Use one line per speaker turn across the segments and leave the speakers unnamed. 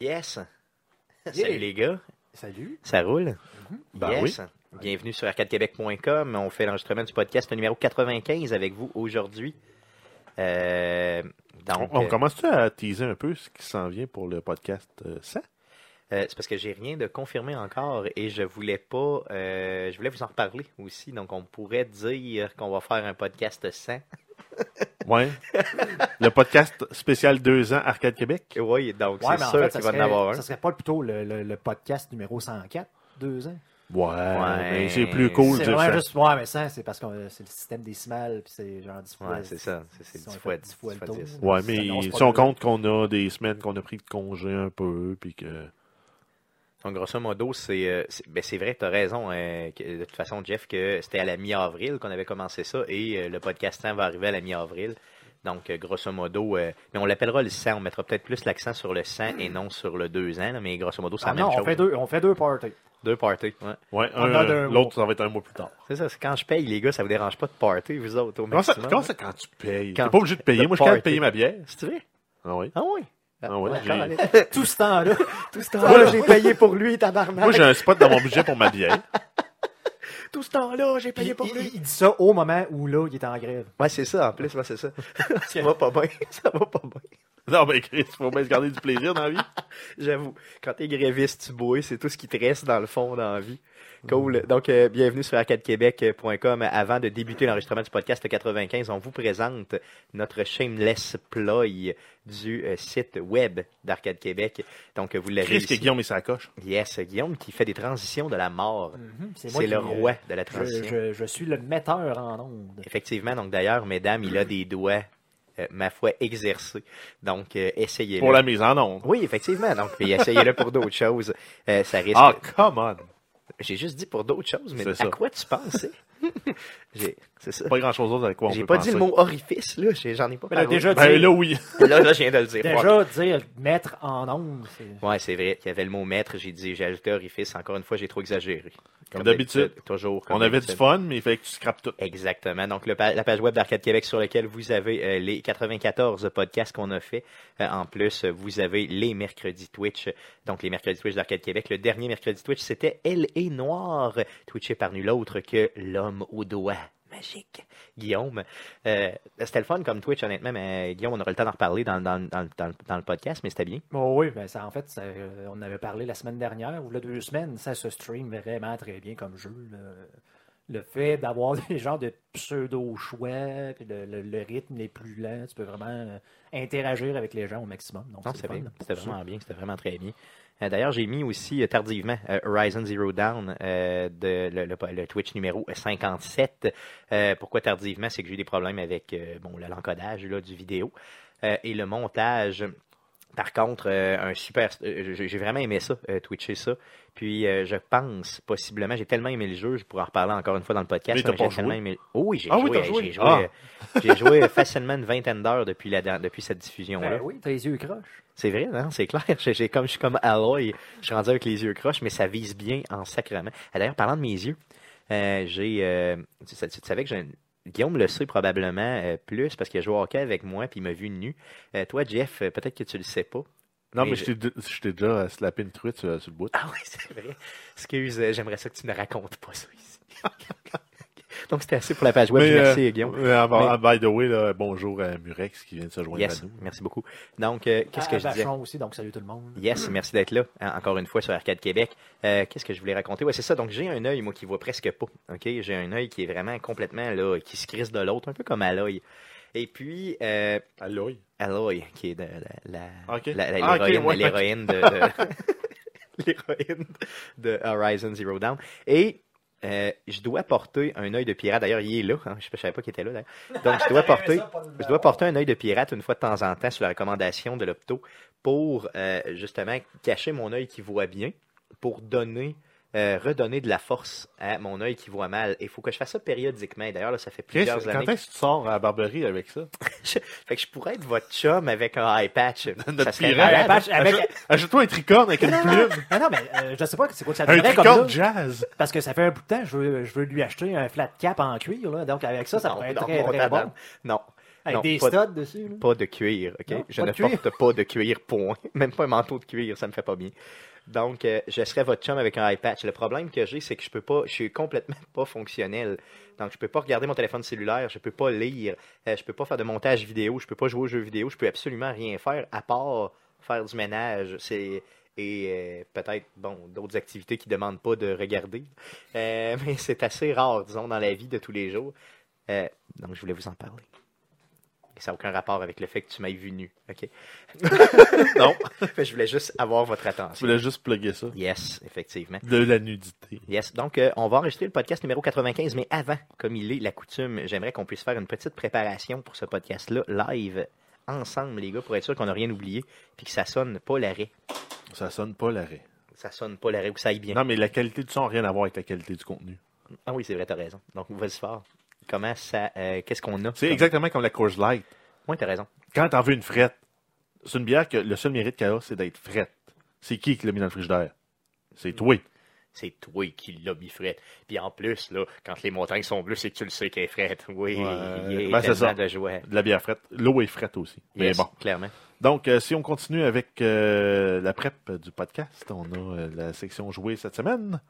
Yes. Salut les gars.
Salut.
Ça roule?
Mm-hmm.
Ben
yes. Bienvenue sur arcadequebec.com. On fait l'enregistrement du podcast numéro 95 avec vous aujourd'hui. Euh, donc,
On, on
euh,
commence-tu à teaser un peu ce qui s'en vient pour le podcast euh, 100?
Euh, c'est parce que j'ai rien de confirmé encore et je voulais pas. euh, je voulais vous en reparler aussi. Donc, on pourrait dire qu'on va faire un podcast 100.
Ouais. le podcast spécial 2 ans Arcade Québec?
Oui, donc c'est
Ouais, mais en
sûr
fait, ça
qu'il va
serait,
en avoir un.
ça serait pas plutôt le, le- le podcast numéro 104, deux ans.
Ouais, mais c'est plus cool
c'est
de
vraiment
ça.
juste, ouais, mais ça, c'est parce que c'est le système décimal, puis c'est genre Ah 10 fois.
Ouais, c'est ça. C'est- C'est
si on
10
fait
fois 10
dix fois
fois
le tour.
10.
Ouais,
Ça
mais
annonce pas
si on
le-
compte qu'on a des semaines qu'on a pris de congé un peu, puis que.
Donc, grosso modo, c'est euh, c'est- ben, c'est vrai, tu as raison. hein, que- de toute façon, Jeff, que c'était à la mi-avril qu'on avait commencé ça et euh, le podcast 100 va arriver à la mi-avril. Donc, euh, grosso modo, euh, mais on l'appellera le 100. On mettra peut-être plus l'accent sur le 100 et non sur le 2 ans, là, mais grosso modo, c'est
Ah
la même
non, on
chose.
fait, deux, on fait deux parties.
Deux parties. ouais.
Ouais,
On a
un-
d'un mois.
l'autre, ça va être un mois plus tard.
C'est ça, c'est quand je paye, les gars, ça vous dérange pas de party, vous autres, au
Comment ça,
maximum.
comment ça quand tu payes?
Quand-
T'es pas obligé de payer.
le
Moi, je suis capable de
party.
payer ma bière.
C'est vrai?
Ah oui.
Ah oui?
Ah ouais, j'ai-
Tout ce temps-là, tout ce
Ah
Moi,
temps-là, j'ai payé pour lui, tabarnak.
Moi, j'ai un spot dans mon budget pour ma bière.
Tout ce temps-là, j'ai
Puis il, il- il dit ça au moment où là, il est en grève.
Ouais, c'est ça, en plus, ouais, c'est ça. ça va pas bien, ça va pas bien.
Non, mais Chris, faut bien se garder du plaisir dans la vie.
J'avoue, quand t'es gréviste, tu bois, c'est tout ce qui te reste dans le fond, dans la vie. Cool. Donc, euh, bienvenue sur arcadequebec.com. Avant de débuter l'enregistrement du podcast 95, on vous présente notre shameless ploy du euh, site web d'Arcade Québec. Donc, vous l'avez
Chris, que
ici.
Guillaume et sa coche.
Yes, Guillaume qui fait des transitions de la mort.
moi
Mhm. C'est
qui-
le roi de la
Je,
transition.
je- je suis le metteur en ondes.
Effectivement, donc d'ailleurs, mesdames, il a des doigts, euh, ma foi, exercés. Donc, euh, essayez-le.
Pour la mise en onde.
Oui, effectivement. Donc, puis essayez-le pour d'autres choses. Euh, ça risque.
Ah, come on.
J'ai juste dit pour d'autres choses, mais
C'est
à
ça.
quoi tu pensais? J'ai- C'est ça.
Pas grand chose d'autre avec quoi on
J'ai
peut
pas
penser.
dit le mot orifice, là. J'ai- J'en ai pas
Mais là,
parlé.
déjà-
Ben là, oui.
Là, là, je viens de le dire.
Déjà, dire mettre en ondes, c'est.
Ouais, c'est vrai. Il y avait le mot maître. J'ai dit, j'ai ajouté orifice. Encore une fois, j'ai trop exagéré.
Comme d'habitude.
Toujours. comme
On avait du
d'habitude.
fun, mais il fallait que tu scrapes tout.
Exactement. Donc, le pa- la page web d'Arcade Québec sur laquelle vous avez euh, les 94 podcasts qu'on a fait. Euh, en plus, euh, vous avez les mercredis Twitch. Donc, les mercredis Twitch d'Arcade Québec. Le dernier mercredi Twitch, c'était Elle est Noire, twitché par nul autre que l'homme aux doigts. Magique. Guillaume. Euh, c'était le fun comme Twitch, honnêtement, mais euh, Guillaume, on aura le temps d'en reparler dans, dans- dans- dans- dans le podcast, mais c'était bien.
Bon, oui, ben ça, en fait, ça, euh, on avait parlé la semaine dernière, ou la deux semaines, ça se stream vraiment très bien comme jeu. là. Le fait d'avoir des genres de pseudo-choix, puis le, le- le rythme est plus lent, tu peux vraiment euh, interagir avec les gens au maximum. Donc,
Non,
c'est
c'était
le fun,
bien.
là, pour
C'était
ça.
vraiment bien. C'était vraiment très bien. Euh, D'ailleurs, j'ai mis aussi euh, tardivement euh, Horizon Zero Down euh, de le, le- le Twitch numéro 57. Euh, pourquoi tardivement? C'est que j'ai eu des problèmes avec euh, bon, le- l'encodage là, du vidéo euh, et le montage. Par contre, euh, un super. euh, j'ai j'ai vraiment aimé ça, euh, Twitcher ça. Puis euh, je pense, possiblement, j'ai tellement aimé le jeu, je pourrais en reparler encore une fois dans le podcast.
Mais t'as
j'ai
pas
tellement
joué?
aimé- Oh oui, j'ai
Ah oui,
joué.
t'as joué.
J'ai joué, euh, j'ai joué facilement une vingtaine d'heures depuis, la, der- depuis cette diffusion-là.
Ben oui, t'as les yeux croches.
C'est vrai, non? C'est clair. J'ai, j'ai comme, je suis comme Aloy. Je suis rendu avec les yeux croches, mais ça vise bien en sacrement. Ah, D'ailleurs, parlant de mes yeux, euh, j'ai. euh, tu, tu- tu savais que j'ai. une- Guillaume le sait probablement euh, plus parce qu'il a joué au hockey avec moi puis il m'a vu nu. Euh, toi, Jeff, euh, peut-être que tu le sais pas.
Non,
Mais
mais,
je-
je t'ai d- je t'ai déjà euh, slappé une truite sur, sur le bout.
Ah oui, c'est vrai. Excuse, euh, j'aimerais ça que tu ne racontes pas ça ici. Donc, c'était assez pour la page web.
Mais,
Merci,
euh,
Guillaume.
euh, ah, bah,
Mais-
ah, by the way, là, bonjour à Murex qui vient de se joindre
Yes,
à nous.
merci beaucoup. Donc, euh, qu'est-ce que
Ah,
je disais?
Vachon aussi, donc salut tout le monde.
Mm.
Yes, merci d'être là, hein, encore une fois sur Arcade Québec. Euh, Qu'est-ce que je voulais raconter? Ouais, c'est ça. Donc, j'ai un œil, moi, qui voit presque pas. OK? J'ai un œil qui est vraiment complètement, là, qui se crisse de l'autre, un peu comme à l'œil. Et puis, euh,
À l'œil.
Aloy, qui est de la, la,
Ok.
la- la-
Ah, ok,
l'héroïne
ouais.
l'héroïne de, de- l'héroïne de Horizon Zero Dawn. Et Euh, je dois porter un œil de pirate. D'ailleurs, il est là. hein. Je ne savais pas qu'il était là. d'ailleurs. Donc,
Ah,
je dois porter, je dois porter un œil de pirate une fois de temps en temps sur la recommandation de l'opto pour euh, justement cacher mon œil qui voit bien, pour donner, euh, redonner de la force à mon œil qui voit mal. Et il faut que je fasse ça périodiquement. Et D'ailleurs, là, ça fait
Chris,
plusieurs
quand
années.
est-ce que tu sors à la barberie avec ça?
Fait que je pourrais être votre chum avec un eye patch.
Notre
Ça serait
pirate.
malade.
Patch avec-
Ajoute-toi un tricorne avec une
Non, non,
plume.
non, non, mais euh, je sais pas c'est quoi que ça
Un
donnerait comme
tricorne
ça,
jazz.
parce que ça fait un bout de temps, je veux, je veux lui acheter un flat cap en cuir, là, donc avec ça, ça
Non,
pourrait être
non,
très,
mon
très
tabarnak.
bon.
Non.
Avec
Non,
des
pas-
studs dessus. là.
Pas de cuir, OK?
Non,
je
pas
ne
de cuir.
porte pas de cuir, point. Même pas un manteau de cuir, ça me fait pas bien. Donc, euh, je serais votre chum avec un eye patch. Le problème que j'ai, c'est que je peux pas, je suis complètement pas fonctionnel. Donc, je peux pas regarder mon téléphone cellulaire, je peux pas lire, euh, je peux pas faire de montage vidéo, je peux pas jouer aux jeux vidéo, je peux absolument rien faire à part faire du ménage. C'est et euh, peut-être bon d'autres activités qui demandent pas de regarder. Euh, mais c'est assez rare, disons, dans la vie de tous les jours. Euh, donc, je voulais vous en parler. Et ça n'a aucun rapport avec le fait que tu m'aies vu nu. OK?
Non.
je voulais juste avoir votre
Je
attention.
voulais juste plugger ça.
Yes, effectivement.
De la nudité.
Yes. Donc, euh, on va enregistrer le podcast numéro 95, mais avant, comme il est la coutume, j'aimerais qu'on puisse faire une petite préparation pour ce podcast-là, live, ensemble, les gars, pour être sûr qu'on n'a rien oublié, puis que ça sonne pas l'arrêt.
Ça sonne pas l'arrêt.
Ça sonne pas l'arrêt ou que ça aille bien.
Non, mais la qualité du son n'a rien à voir avec la qualité du contenu.
Ah oui, c'est vrai, t'as raison. Donc, vas-y fort. Comment ça. euh, Qu'est-ce qu'on a?
C'est exactement comme la Coors Light.
Oui, t'as raison.
Quand t'en veux une frette, c'est une bière que le seul mérite qu'elle a, c'est d'être frette. C'est qui qui l'a mis dans le frigidaire? C'est toi.
C'est toi qui l'as mis frette. Puis en plus, là, quand les montagnes sont bleues, c'est que tu le sais qu'elle est frette. Oui,
Ouais.
il y a
Ben, c'est
tellement
ça.
de joie.
De la bière frette. L'eau est frette aussi. Mais
Yes,
bon.
Clairement.
Donc, euh, si on continue avec euh, la prep du podcast, on a euh, la section jouée cette semaine.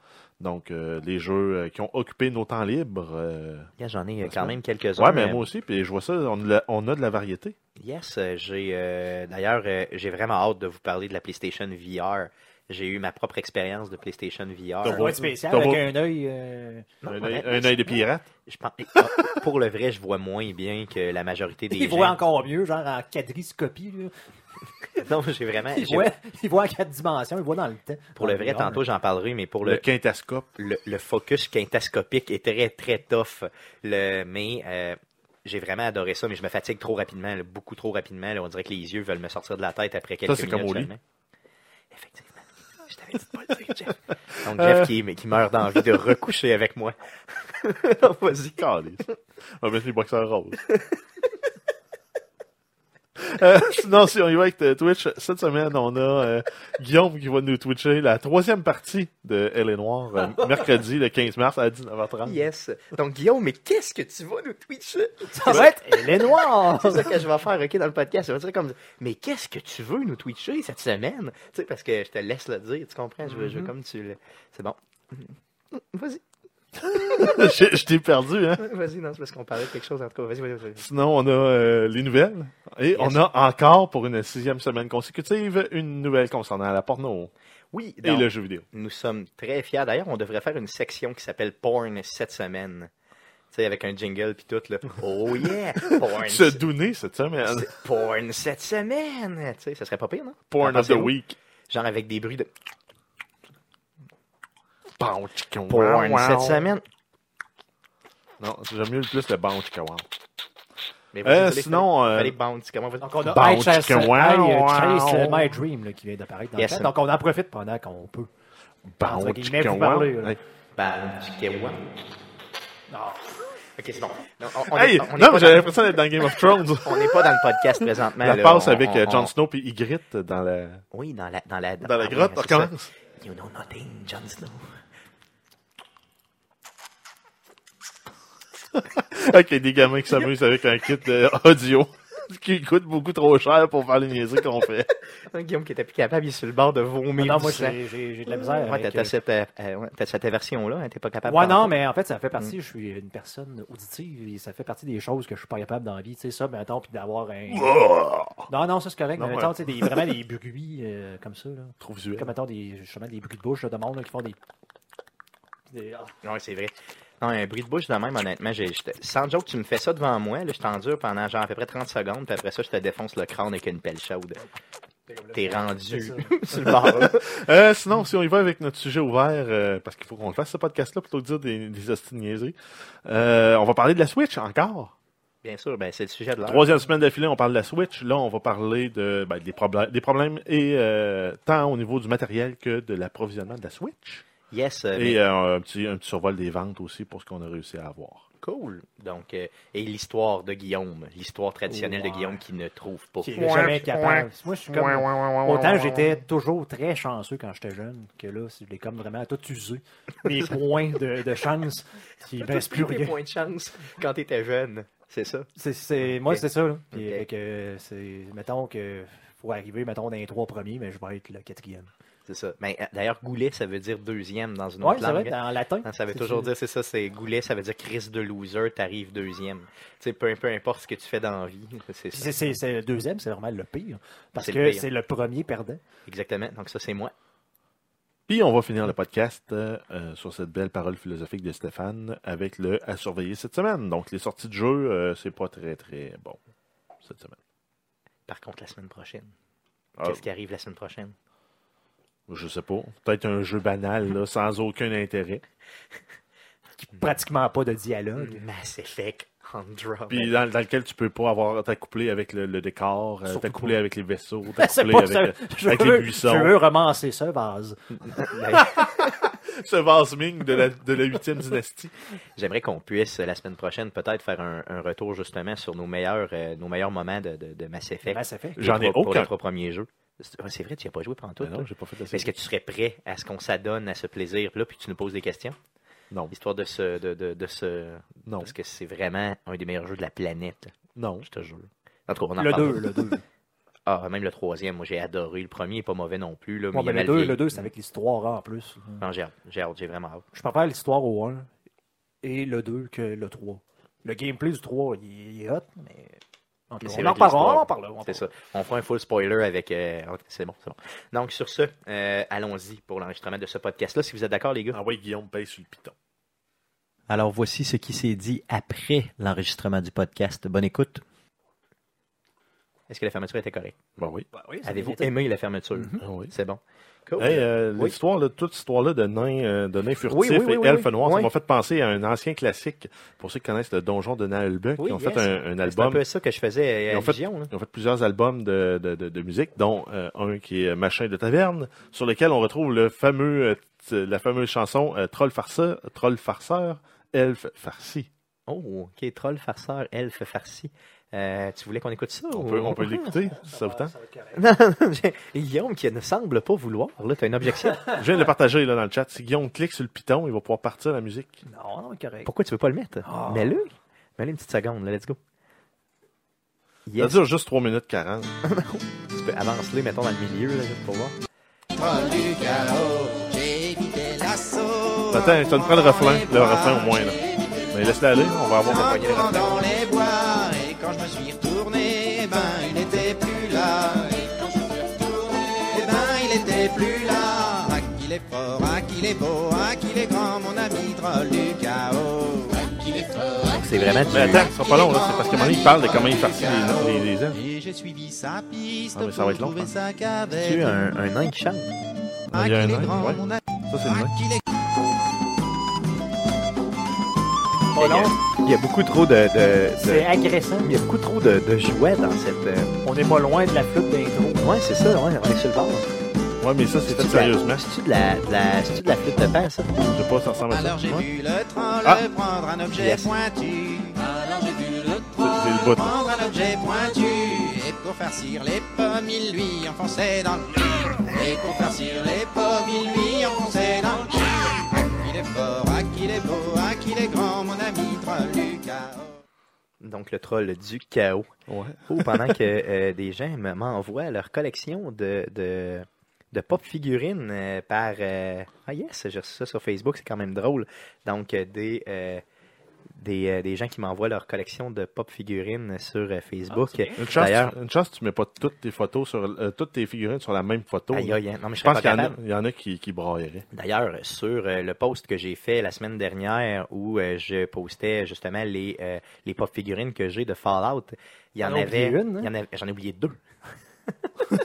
Donc, euh, les jeux euh, qui ont occupé nos temps libres. euh,
Yeah, J'en ai euh,
Parce
quand
que-
même quelques-uns.
Ouais, mais
Euh,
moi aussi, puis je vois ça, on, a- on a de la variété.
Yes, euh, j'ai euh, d'ailleurs, euh, j'ai vraiment hâte de vous parler de la PlayStation VR. J'ai eu ma propre expérience de PlayStation VR.
T'as
Ça doit être spécial
T'as
avec
beau-
un œil. euh,
Non,
un, œil,
honnêtement,
un œil de pirate.
je pense- ah, pour le vrai, je vois moins bien que la majorité des
Il
gens.
voit encore mieux, genre en quadriscopie. là.
Non, j'ai vraiment.
Il
j'ai-
voit, il voit en quatre dimensions, il voit dans le temps. Ah,
Pour le vrai,
Environ,
tantôt j'en parlerai, mais pour
Le,
le,
quintascope.
le, le focus quintascopique est très, très tough. Le, mais euh, j'ai vraiment adoré ça, mais je me fatigue trop rapidement, là, beaucoup trop rapidement. là. on dirait que les yeux veulent me sortir de la tête après quelques
c'est
minutes.
comme au lit.
seulement. Effectivement. Je t'avais dit de pas le dire, Jeff. Donc, Jeff qui, qui meurt d'envie de recoucher avec moi. Non, Vas-y.
Calisse. On va mettre les boxeurs roses. Euh, sinon, si on y va avec euh, Twitch, cette semaine, on a euh, Guillaume qui va nous twitcher la troisième partie de Elle est Noire, euh, mercredi le 15 mars à 19h30.
Yes. Donc, Guillaume, mais qu'est-ce que tu vas nous twitcher?
Ça va être les noirs!
C'est ça que je vais faire, OK, dans le podcast. Ça va dire comme, mais qu'est-ce que tu veux nous twitcher cette semaine? Tu sais, parce que je te laisse le dire, tu comprends? Je veux,
Mm-hmm.
je veux comme tu le... C'est bon. Mm-hmm. Vas-y,
je je t'ai perdu, hein?
vas-y, non, c'est parce qu'on parlait de quelque chose, en tout cas. Vas-y, vas-y, vas-y.
Sinon, on a euh, les nouvelles. Et on a encore, pour une sixième semaine consécutive, une nouvelle concernant la porno
Oui,
et
donc,
le jeu vidéo.
nous sommes très fiers. D'ailleurs, on devrait faire une section qui s'appelle Porn cette semaine. Tu sais, avec un jingle puis tout, là. Oh yeah! Porn,
Se
ce-
donner cette semaine.
porn cette semaine! Tu sais, ça serait pas pire, non?
Porn
T'en
of the
pensez-vous?
week.
Genre avec des bruits de
Bow, chicka, wow,
porn
wow.
cette semaine.
Non, j'aime mieux le plus le bounce que wow.
Mais vas-y,
Euh,
fallait-
sinon, euh,
fallait bounce. Comment vas-y?
Donc on
Bon,
a I Chase-
chicken, wow,
I, euh,
wow.
Chase, euh, My Dream là, qui vient d'apparaître dans
Yes,
le
sir.
chat. Donc on en profite pendant qu'on peut.
bounce,
Entre guillemets,
chicka,
vous
wow.
parlez, là.
Hey,
Bounce, que Bah, ouais.
Ah,
Ok, c'est bon. Non, on- on
Hey,
est- on est pas
non, mais j'avais
dans-
l'impression d'être dans Game of Thrones.
on n'est pas dans le podcast présentement.
la
là.
passe
On-
avec
on-
euh, Jon
on-
Snow puis Ygritte dans la,
Oui, dans la, dans la,
dans la
ah oui,
grotte.
c'est
on
ça.
recommence.
You know nothing, Jon Snow.
Avec des gamins qui s'amusent avec un kit euh, audio qui coûte beaucoup trop cher pour faire les niaiseries qu'on fait.
Guillaume qui était plus capable, il est sur le bord de vomir.
Ah non,
du
moi
sang.
j'ai j'ai- j'ai de la misère.
Ouais, t'as-
avec,
t'as
euh,
cette, euh, euh, ouais, t'as cette aversion-là, hein, t'es pas Mm. capable.
Ouais,
d'en-
non, mais en fait, ça fait partie. Je suis une personne auditive et ça fait partie des choses que je suis pas capable d'envie. Tu sais, ça, mais attends, puis d'avoir un. Non, non, ça, c'est correct.
Non,
mais
ouais.
attends, tu sais, des- vraiment des bruits euh, comme ça. Là.
Trop visuel.
Comme, attends, des, justement, des bruits de bouche là, de monde là, qui font des. des- ah.
Ouais, c'est vrai. Non, un bruit de bouche de même, honnêtement. j'ai- j'étais- Sans joke, tu me fais ça devant moi, là, je t'endure pendant genre à peu près 30 secondes, puis après ça, je te défonce le crâne avec une pelle chaude. T'es rendu
ça.
sur le bord.
Euh, sinon, si on y va avec notre sujet ouvert, euh, parce qu'il faut qu'on le fasse ce podcast-là plutôt que de dire des, des hosties de niaiseries, euh, on va parler de la Switch encore.
Bien sûr, ben, c'est le sujet de l'heure.
Troisième semaine d'affilée, on parle de la Switch. Là, on va parler de, ben, des, problèmes, des problèmes et euh, tant au niveau du matériel que de l'approvisionnement de la Switch.
Yes, euh,
Et euh, un, petit, un petit survol des ventes aussi pour ce qu'on a réussi à avoir.
Cool. Donc, euh, et l'histoire de Guillaume, l'histoire traditionnelle
Ouais.
de Guillaume qui ne trouve pas.
qui est jamais capable. Moi, je suis comme. Autant j'étais toujours très chanceux quand j'étais jeune, que là, je l'ai comme vraiment tout usé. Mes points de, de chance, qui ne
T'as
baissent plus
plus tes
rien.
points de chance quand t'étais jeune. C'est ça?
C'est- c'est- moi,
Ok.
c'est ça. là. Puis,
Ok.
fait que c'est- mettons que faut arriver, mettons, dans les trois premiers, mais je vais être le quatrième.
C'est ça. Mais euh, d'ailleurs, goulet, ça veut dire deuxième dans une
Oui,
autre
ça va
langue.
être en latin.
Hein, Ça veut
C'est-
toujours
c'est-
dire, c'est ça, c'est goulet, ça veut dire crise de loser, t'arrives deuxième. Tu sais, peu, peu importe ce que tu fais dans la vie, c'est
Puis
ça.
c'est- c'est- c'est le deuxième, c'est vraiment le pire. Parce
C'est
que
le pire.
c'est le premier perdant.
Exactement. Donc ça, c'est moi.
Puis on va finir le podcast euh, euh, sur cette belle parole philosophique de Stéphane avec le à surveiller cette semaine. Donc les sorties de jeu, euh, c'est pas très très bon cette semaine.
Par contre, la semaine prochaine.
Ah,
Qu'est-ce qui arrive la semaine prochaine?
Je sais pas. Peut-être un jeu banal là, sans aucun intérêt.
Hmm.
Pratiquement pas de dialogue.
Mass Effect Andromeda.
Puis dans, dans lequel tu peux pas avoir t'accoupler avec le, le décor, euh,
Surtout
t'accoupler
pas.
avec les vaisseaux,
C'est
t'accoupler
pas
avec,
ça.
euh,
Je
avec
veux-
les buissons.
Je veux romancer ce vase.
Ben,
Ce vase Ming de la de la huitième dynastie.
J'aimerais qu'on puisse euh, la semaine prochaine peut-être faire un, un retour justement sur nos meilleurs, euh, nos meilleurs moments de, de, de Mass Effect.
Mass Effect.
J'en ai
Pour- Pour
aucun.
les trois premiers jeux. C'est ouais, c'est vrai, tu n'y as pas joué pendant tout.
Ben non, j'ai pas fait de
Est-ce que tu serais prêt à ce qu'on s'adonne à ce plaisir-là, puis tu nous poses des questions?
Non.
Histoire de ce. De, de, de ce...
Non,
Parce que c'est vraiment un des meilleurs jeux de la planète,
non.
je te jure. En tout cas, on en
Le
reparle.
2, le 2.
Ah, même le troisième, moi j'ai adoré. Le premier est pas mauvais non plus. Là, mais
ben,
il a
ben, le
mal
2,
vieilli.
le 2, c'est avec l'histoire en plus.
Non, j'ai hâte, j'ai hâte, j'ai vraiment hâte.
Je préfère l'histoire au 1 et le 2 que le 3. Le gameplay du 3, il il est hot, mais. En tout cas,
C'est vrai
on en
que l'histoire-
parlera, on en parlera. on en
C'est
parlera.
ça. On fera un full spoiler avec. euh, ok, C'est bon, c'est bon. Donc, sur ce, euh, allons-y pour l'enregistrement de ce podcast-là, si vous êtes d'accord, les gars.
Ah ouais, Guillaume paye sur le piton.
Alors, voici ce qui s'est dit après l'enregistrement du podcast. Bonne écoute. Est-ce que la fermeture était correcte?
Ben oui.
Bah oui, ça
Avez-vous
mérite.
aimé la fermeture?
Ah oui.
C'est bon. Mhm. Cool.
Hey, euh,
Oui.
l'histoire, là, toute cette histoire-là de nains euh, de nains furtifs
Oui, oui, oui,
et
oui,
elfes
oui.
noirs, ça
Oui.
m'a fait penser à un ancien classique. Pour ceux qui connaissent le donjon de Naalbek,
Oui,
ils ont
yes.
fait un, un
C'est un
album.
peu ça que je faisais euh,
Et
à
en fait-
Vision. là.
Ils ont fait plusieurs albums de, de, de, de musique, dont euh, un qui est Machin de taverne, sur lequel on retrouve le fameux, euh, t- la fameuse chanson euh, Troll farceur, Troll farceur, elfe farci.
Oh, ok. Troll, farceur, elfe, farci. Euh, tu voulais qu'on écoute ça?
On
ou-
peut, on
Oh.
peut l'écouter, si ça vous
va-
tente.
va être Ah, correct.
Non, non, j'ai- Guillaume qui ne semble pas vouloir. Là, t'as une objection.
Je viens de le partager là, dans le chat. Si Guillaume clique sur le piton, il va pouvoir partir la musique.
Non, non, correct.
Pourquoi tu veux pas le mettre?
Ah.
Mets-le. Mets-le une petite seconde. là, let's go.
Ça
Yes.
dure juste 3 minutes 40.
Tu peux avancer, mettons, dans le milieu, là, juste pour voir.
Attends, ça nous prend le refrain, le refrain au moins. Là. Mais laisse-le aller, on va avoir la
En
poignée de
courant
refrain.
dans les bois, et quand je me suis retourné, eh ben il n'était plus là. Et ben il était plus là. Ah qu'il est fort, ah qu'il est beau, ah qu'il est grand, mon ami troll du chaos.
Donc, c'est vraiment
Mais
du...
attends, ce sera pas long, là. C'est parce qu'à un moment donné, il parle de comment il farcit les, les, les elfes.
Et j'ai suivi sa piste
Ah, mais ça va
pour
être long,
trouver
hein.
sa caverne.
Tu un, un nain qui chante.
Ah
Il y a un
qu'il est
nain,
grand,
ouais.
mon ami.
Ça, c'est le
Ah
même.
qu'il
Pas
est
long,
Il y a beaucoup trop de... de- de-
Oh c'est agressant.
Il y a beaucoup trop de, de jouets dans cette... euh,
On n'est pas loin de la flûte d'intro.
Ouais, c'est ça, ouais, on est sur le bord.
Ouais, mais ça, c'est fait sérieusement.
C'est-tu de la, de la, c'est-tu de la flûte de pain, ça?
Je sais pas, ça ressemble à ça.
Alors j'ai
Ouais.
vu le troll
Ah.
prendre un objet
Yes.
pointu. Alors j'ai vu le
C'est le bout, là.
prendre un objet pointu. Et pour farcir les pommes, il lui enfonçait dans le. Et pour farcir les pommes, il lui enfonçait dans le. Ah, qu'il est fort, ah qu'il est beau, ah qu'il est grand, mon ami troll Lucas.
Donc, le troll du chaos.
Ouais.
Oh, pendant que euh, des gens m- m'envoient leur collection de, de, de pop figurines euh, par. euh, ah, yes, j'ai reçu ça sur Facebook, c'est quand même drôle. Donc, euh, des, euh, des, euh, des gens qui m'envoient leur collection de pop figurines sur euh, Facebook.
Une chance,
D'ailleurs-
tu, une chance, tu mets pas toutes tes photos sur, euh, toutes tes figurines sur la même photo.
Aïe,
là.
aïe, hein. Non, mais je
Je
serais
pense
pas
qu'il y en a,
capable.
il y en a qui, qui brailleraient.
D'ailleurs, sur euh, le post que j'ai fait la semaine dernière où euh, je postais justement les, euh, les pop figurines que j'ai de Fallout, il y en
T'en as
avait.
oublié une, hein?
il y en avait- J'en ai oublié deux.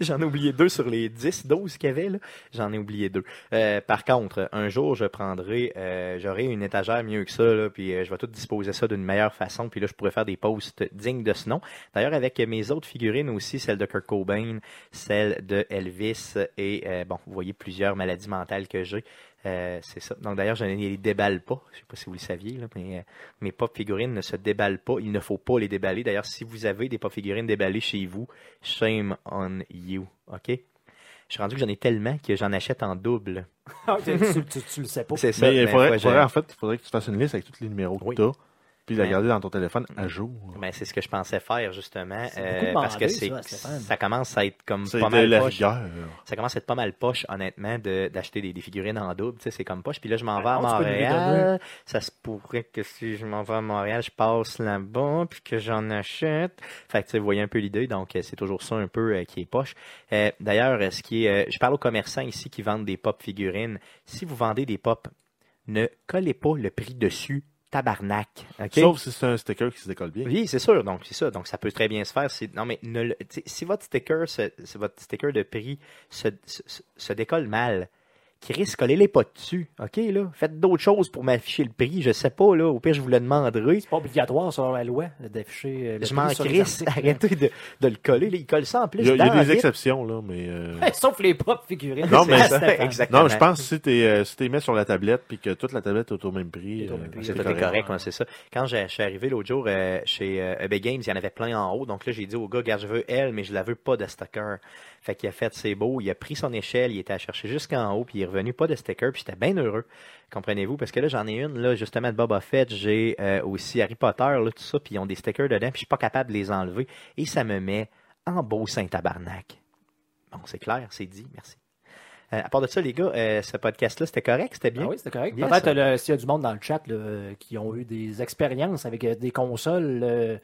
J'en ai oublié deux sur les 10, 12 qu'il y avait. là. J'en ai oublié deux. Euh, par contre, un jour, je prendrai, euh, j'aurai une étagère mieux que ça, là, puis euh, je vais tout disposer ça d'une meilleure façon, puis là, je pourrais faire des posts dignes de ce nom. D'ailleurs, avec mes autres figurines aussi, celle de Kurt Cobain, celle de Elvis, et euh, bon, vous voyez plusieurs maladies mentales que j'ai. Euh, c'est ça. Donc d'ailleurs, je ne les déballe pas. Je ne sais pas si vous le saviez, là, mais euh, mes pop figurines ne se déballent pas. Il ne faut pas les déballer. D'ailleurs, si vous avez des pop figurines déballées chez vous, shame on you. OK? Je suis rendu que j'en ai tellement que j'en achète en double.
Ah, tu, tu- tu- tu le sais pas.
C'est ça.
Mais il
ben,
faudrait,
fois,
faudrait,
je-
en fait, il faudrait que tu fasses une liste avec tous les numéros
Oui. Ben,
que tu as, puis la
Ouais.
garder dans ton téléphone à jour.
Ben, c'est ce que je pensais faire justement
C'est beaucoup
euh,
demandé,
parce que c'est
ça, Stéphane.
ça commence à être comme
C'est
Mm, pas
de
mal
la
poche.
rigueur.
Ça commence à être pas mal poche honnêtement de- d'acheter des, des figurines en double, tu sais, c'est comme poche. Puis là je m'en vais à
non, tu peux lui
Montréal, ça se pourrait que si je m'en vais à Montréal, je passe là-bas puis que j'en achète. Fait que tu sais, vous voyez un peu l'idée donc euh, c'est toujours ça un peu euh, qui est poche. Euh, D'ailleurs, euh, ce qui est, euh, je parle aux commerçants ici qui vendent des pop figurines. Si vous vendez des pop, ne collez pas le prix dessus, tabarnak. ok?
Sauf si c'est un sticker qui se décolle bien.
Oui, c'est sûr. Donc, c'est ça. Donc, ça peut très bien se faire. C'est- Non, mais ne le- tu sais, si votre sticker, se- si votre sticker de prix se, se- se- se décolle mal, qui risque collez-les pas dessus. OK, là? Faites d'autres choses pour m'afficher le prix. Je sais pas, là. Au pire, je vous le demanderai.
C'est pas obligatoire sur la loi d'afficher. euh, le
Je
prix
m'en
sur les
crisse.
articles, là.
Arrêtez de, de le coller. là. Il colle ça en plus.
Il y a, il y a
dans la
des
vitre.
exceptions, là, mais. euh,
Sauf les propres figurines.
Non,
C'est
mais-
ça,
Stéphane.
exactement.
Non, je pense que si tu les mets sur la tablette puis que toute la tablette est au même prix,
Est au
euh,
même prix,
C'est
c'est
tout à fait
correct.
correct, ouais, c'est ça. Quand j'ai- je suis arrivé l'autre jour euh, chez euh, EB Games, il y en avait plein en haut. Donc là, j'ai dit au gars, regarde, je veux elle, mais je la veux pas de sticker. Fait qu'il a fait, c'est beau. Il a pris son échelle, il était à chercher jusqu'en haut, puis il est revenu pas de sticker, puis j'étais bien heureux. Comprenez-vous? Parce que là, j'en ai une, là, justement, de Boba Fett. J'ai euh, aussi Harry Potter, là, tout ça, puis ils ont des stickers dedans, puis je suis pas capable de les enlever. Et ça me met en beau Saint-Tabarnak. Bon, c'est clair, c'est dit, merci. Euh, à part de ça, les gars, euh, ce podcast-là, c'était correct, c'était bien.
Ah oui, c'était correct.
Yes.
Peut-être euh, le- s'il y a du monde dans le chat là, euh, qui ont eu des expériences avec euh, des consoles euh,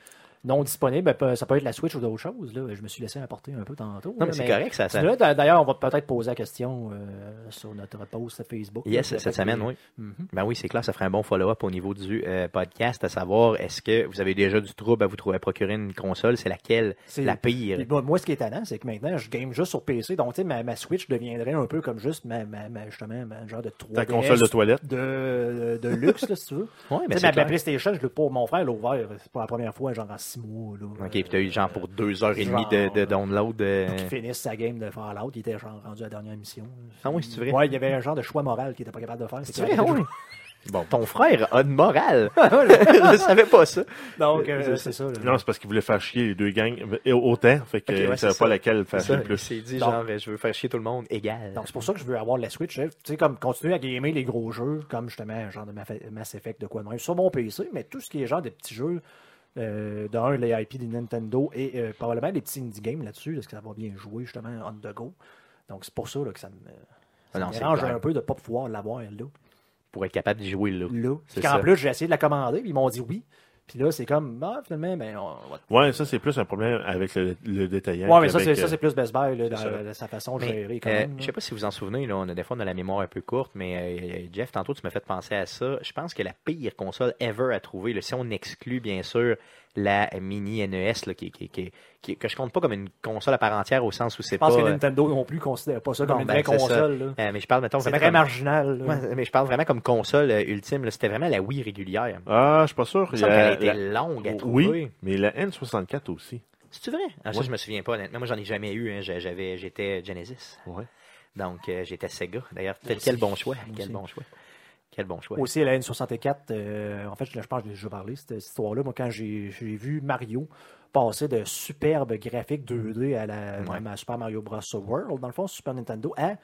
non disponibles, ben, peut- ça peut être la Switch ou d'autres choses. là. Je me suis laissé apporter un peu tantôt.
Non,
là,
mais c'est correct, ça. ça...
Là, d'a- D'ailleurs, on va peut-être poser la question euh, sur notre post Facebook.
Yes,
là,
cette
fait que-
semaine, oui.
Mhm.
Ben oui, c'est clair, ça ferait un bon follow-up au niveau du euh, podcast, à savoir, est-ce que vous avez déjà du trouble à vous trouver à procurer une console, c'est laquelle
C'est-
la
Puis
pire?
bon, moi, ce qui est étonnant, c'est que maintenant, je game juste sur PC. Donc, tu sais, ma, ma Switch deviendrait un peu comme juste ma, ma- ma- justement, ma genre de 3
Ta console de toilette.
de, de luxe, là, si tu veux.
Oui, mais
Tu sais,
ben c'est
ma, ma
clair.
PlayStation, je l'ai pas. Mon frère l'a ouvert pour la première fois, genre en 6 mois. Là,
Ok, puis t'as eu genre pour deux heures et demie
genre,
de, de download. euh,
qui finisse sa game de Fallout, il était genre rendu à la dernière mission.
Ah oui, c'est vrai.
Ouais, il y avait un genre de choix moral qu'il était pas capable de faire.
C'est vrai, oui. Bon, Ah, ton frère a une morale. Je savais pas ça.
Donc, euh, c'est ça. là.
Non, c'est parce qu'il voulait faire chier les deux gangs euh, autant, fait
Ok,
qu'il
ouais,
ne
c'est
savait
ça.
pas laquelle faire chier
Ça,
le
il
plus.
s'est dit
Donc-
genre, je veux faire chier tout le monde égal.
Donc, c'est pour ça que je veux avoir la Switch. hein. Tu sais, comme continuer à gamer les gros jeux, comme justement, genre de Maf- Mass Effect, de quoi de même, sur mon PC, mais tout ce qui est genre des petits jeux, euh, d'un, les IP des Nintendo et euh, probablement les petits indie games là-dessus, parce que ça va bien jouer justement on the go. Donc, c'est pour ça là, que ça me.
Ah
Ça
non,
me
c'est
dérange
clair.
un peu de ne pas pouvoir l'avoir là.
Pour être capable de jouer là.
là.
C'est
Puis en
ça.
plus, j'ai essayé de la commander, puis ils m'ont dit oui. Puis là, c'est comme, ah, finalement, ben, on va te-
Ouais, ça, c'est plus un problème avec le, le détaillant.
Ouais, mais ça, c'est
qu'avec,
ça,
euh,
c'est plus Best Buy, là, dans
ça.
la- sa façon de
Mais,
gérer, quand
euh,
même. là.
je sais pas si vous en souvenez, là, on a des fois on a la mémoire un peu courte, mais euh, euh, Jeff, tantôt tu m'as fait penser à ça. Je pense que la pire console ever à trouver, là, si on exclut bien sûr la mini NES, là, qui, qui- qui- qui- que je compte pas comme une console à part entière au sens où c'est
Je pense
pas.
que
euh,
Nintendo non plus considère pas ça comme
non,
une
ben,
vraie
c'est ça.
console. là.
euh, mais je parle mettons
C'est
vraiment
très
comme-
marginal. là.
Ouais, mais je parle vraiment comme console euh, ultime. là, C'était vraiment la Wii régulière.
Ah, je suis pas sûr.
Il me
Il
semble
y a-
qu'elle était longue à trouver.
Oui, mais la N64 aussi.
C'est vrai. Ah, ça,
Ouais.
je me souviens pas honnêtement. Moi, j'en ai jamais eu. hein. J'a- J'avais, j'étais Genesis,
Ouais.
donc euh, j'étais Sega. D'ailleurs, quel,
aussi.
quel bon choix,
Moi
quel
aussi.
bon choix, quel bon choix.
Aussi, la N64, euh, en fait, je, je pense que j'ai déjà parlé cette, cette histoire-là. Moi, quand j'ai j'ai vu Mario passer de superbes graphiques 2D à la
Ouais.
à ma Super Mario Bros. World, dans le fond, Super Nintendo, à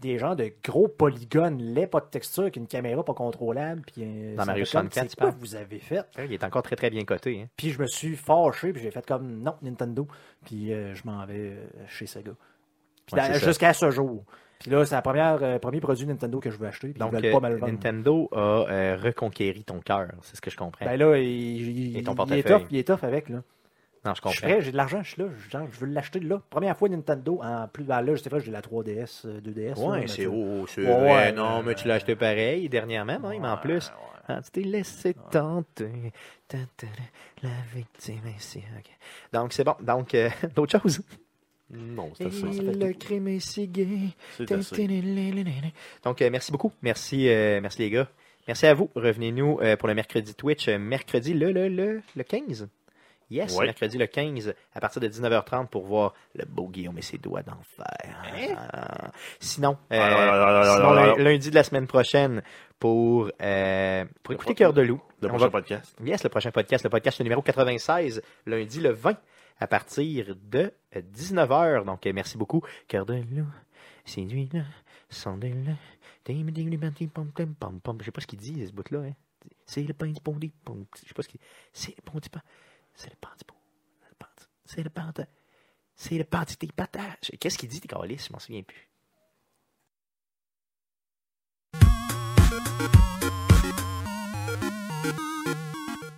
des gens de gros polygones, laids, pas de texture, qui une caméra pas contrôlable. Puis, euh,
Dans
ça
Mario
fait comme,
64,
C'est
tu
quoi
parles?
vous avez fait?
Il est encore très très bien coté. hein.
Puis je me suis fâché, puis j'ai fait comme non, Nintendo. Puis euh, je m'en vais euh, chez Sega. Puis
Ouais,
dans-
c'est ça.
jusqu'à ce jour. Puis là, c'est le premier produit Nintendo que je veux acheter. Puis
Donc,
ils veulent
euh,
pas mal vendre.
Nintendo a euh, reconquéri ton cœur, c'est ce que je comprends.
Ben là, il, il-
Eh. Et ton
il
portefeuille.
est tough, il est tough avec. Là.
non, je
Je suis
comprends.
prêt, j'ai de l'argent, je suis là. je- genre, je veux l'acheter là. Première fois Nintendo, en plus, ben là, je sais pas, j'ai la 3DS, euh, 2DS. là,
Ouais,
mais
c'est
tu-
haut, c'est
Ouais,
vrai.
ouais,
non, mais tu l'as acheté pareil dernièrement, même en plus. Ah, tu t'es laissé tenter. Ta- ta- la- La victime ici. ok. Donc, c'est bon. Donc, euh, d'autres choses?
Non, c'est assez.
Le crime est si gay.
C'est assez.
Donc, euh, merci beaucoup. Merci, euh, merci les gars. Merci à vous. Revenez-nous euh, pour le mercredi Twitch, euh, mercredi le, le, le, le 15. Yes,
Ouais.
mercredi le 15, à partir de 19h30 pour voir le beau Guillaume et ses doigts d'enfer. Ah. Sinon, euh,
Hein? Ah, là, là, là, là, là,
sinon,
là, là.
lun- lundi de la semaine prochaine pour, euh, pour écouter Cœur de loup.
Le
On
prochain
va-
podcast.
Yes, le prochain podcast, le podcast numéro 96, lundi le 20, à partir de 19h. Donc, euh, merci beaucoup. Cœur de loup, c'est lui là, son de là. Tim, tim, tim, tim, pom, tim, pom, pom. Je sais pas ce qu'il dit, ce bout-là. Hein. C'est le pain du pont des ponts. Je sais pas ce qu'il C'est le pont du pan. C'est le pan du pont. C'est le pan du- C'est le pan de- C'est le pan du des patates. Qu'est-ce qu'il dit, Calis? Je m'en souviens plus.